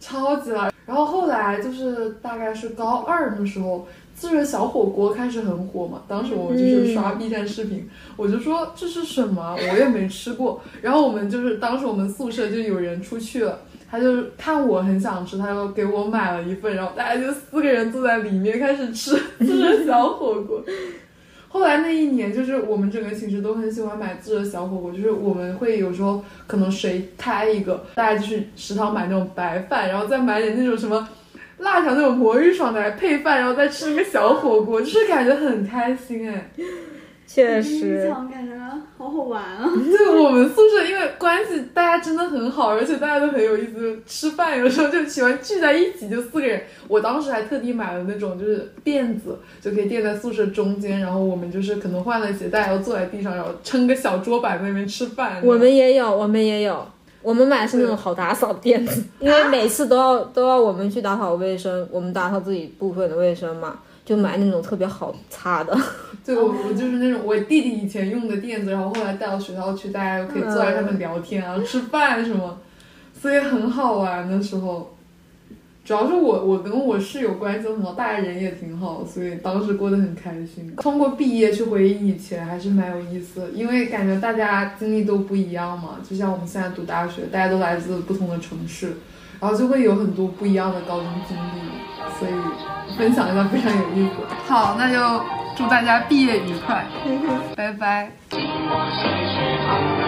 [SPEAKER 3] 超级辣。然后后来就是大概是高二的时候，自热小火锅开始很火嘛。当时我就是刷 B 站视频，我就说这是什么，我也没吃过。然后我们就是当时我们宿舍就有人出去了。他就看我很想吃，他就给我买了一份，然后大家就四个人坐在里面开始吃 自热小火锅。后来那一年，就是我们整个寝室都很喜欢买自热小火锅，就是我们会有时候可能谁开一个，大家就去食堂买那种白饭，然后再买点那种什么辣条那种魔芋爽的来配饭，然后再吃那个小火锅，就是感觉很开心哎。
[SPEAKER 4] 确
[SPEAKER 5] 印
[SPEAKER 4] 实，
[SPEAKER 5] 象感觉好好玩啊！
[SPEAKER 3] 对我们宿舍，因为关系大家真的很好，而且大家都很有意思。吃饭有时候就喜欢聚在一起，就四个人。我当时还特地买了那种就是垫子，就可以垫在宿舍中间，然后我们就是可能换了鞋带，然后坐在地上，然后撑个小桌板在那边吃饭。
[SPEAKER 4] 我们也有，我们也有。我们买的是那种好打扫的垫子，因为每次都要都要我们去打扫卫生，我们打扫自己部分的卫生嘛，就买那种特别好擦的。
[SPEAKER 3] 对我我就是那种我弟弟以前用的垫子，然后后来带到学校去，大家可以坐在上面聊天啊、吃饭什么，所以很好玩的时候。主要是我我跟我室友关系都很好，大家人也挺好，所以当时过得很开心。通过毕业去回忆以前还是蛮有意思的，因为感觉大家经历都不一样嘛。就像我们现在读大学，大家都来自不同的城市，然后就会有很多不一样的高中经历，所以分享一下非常有意思。好，那就祝大家毕业愉快，拜拜。
[SPEAKER 2] 谁去看看？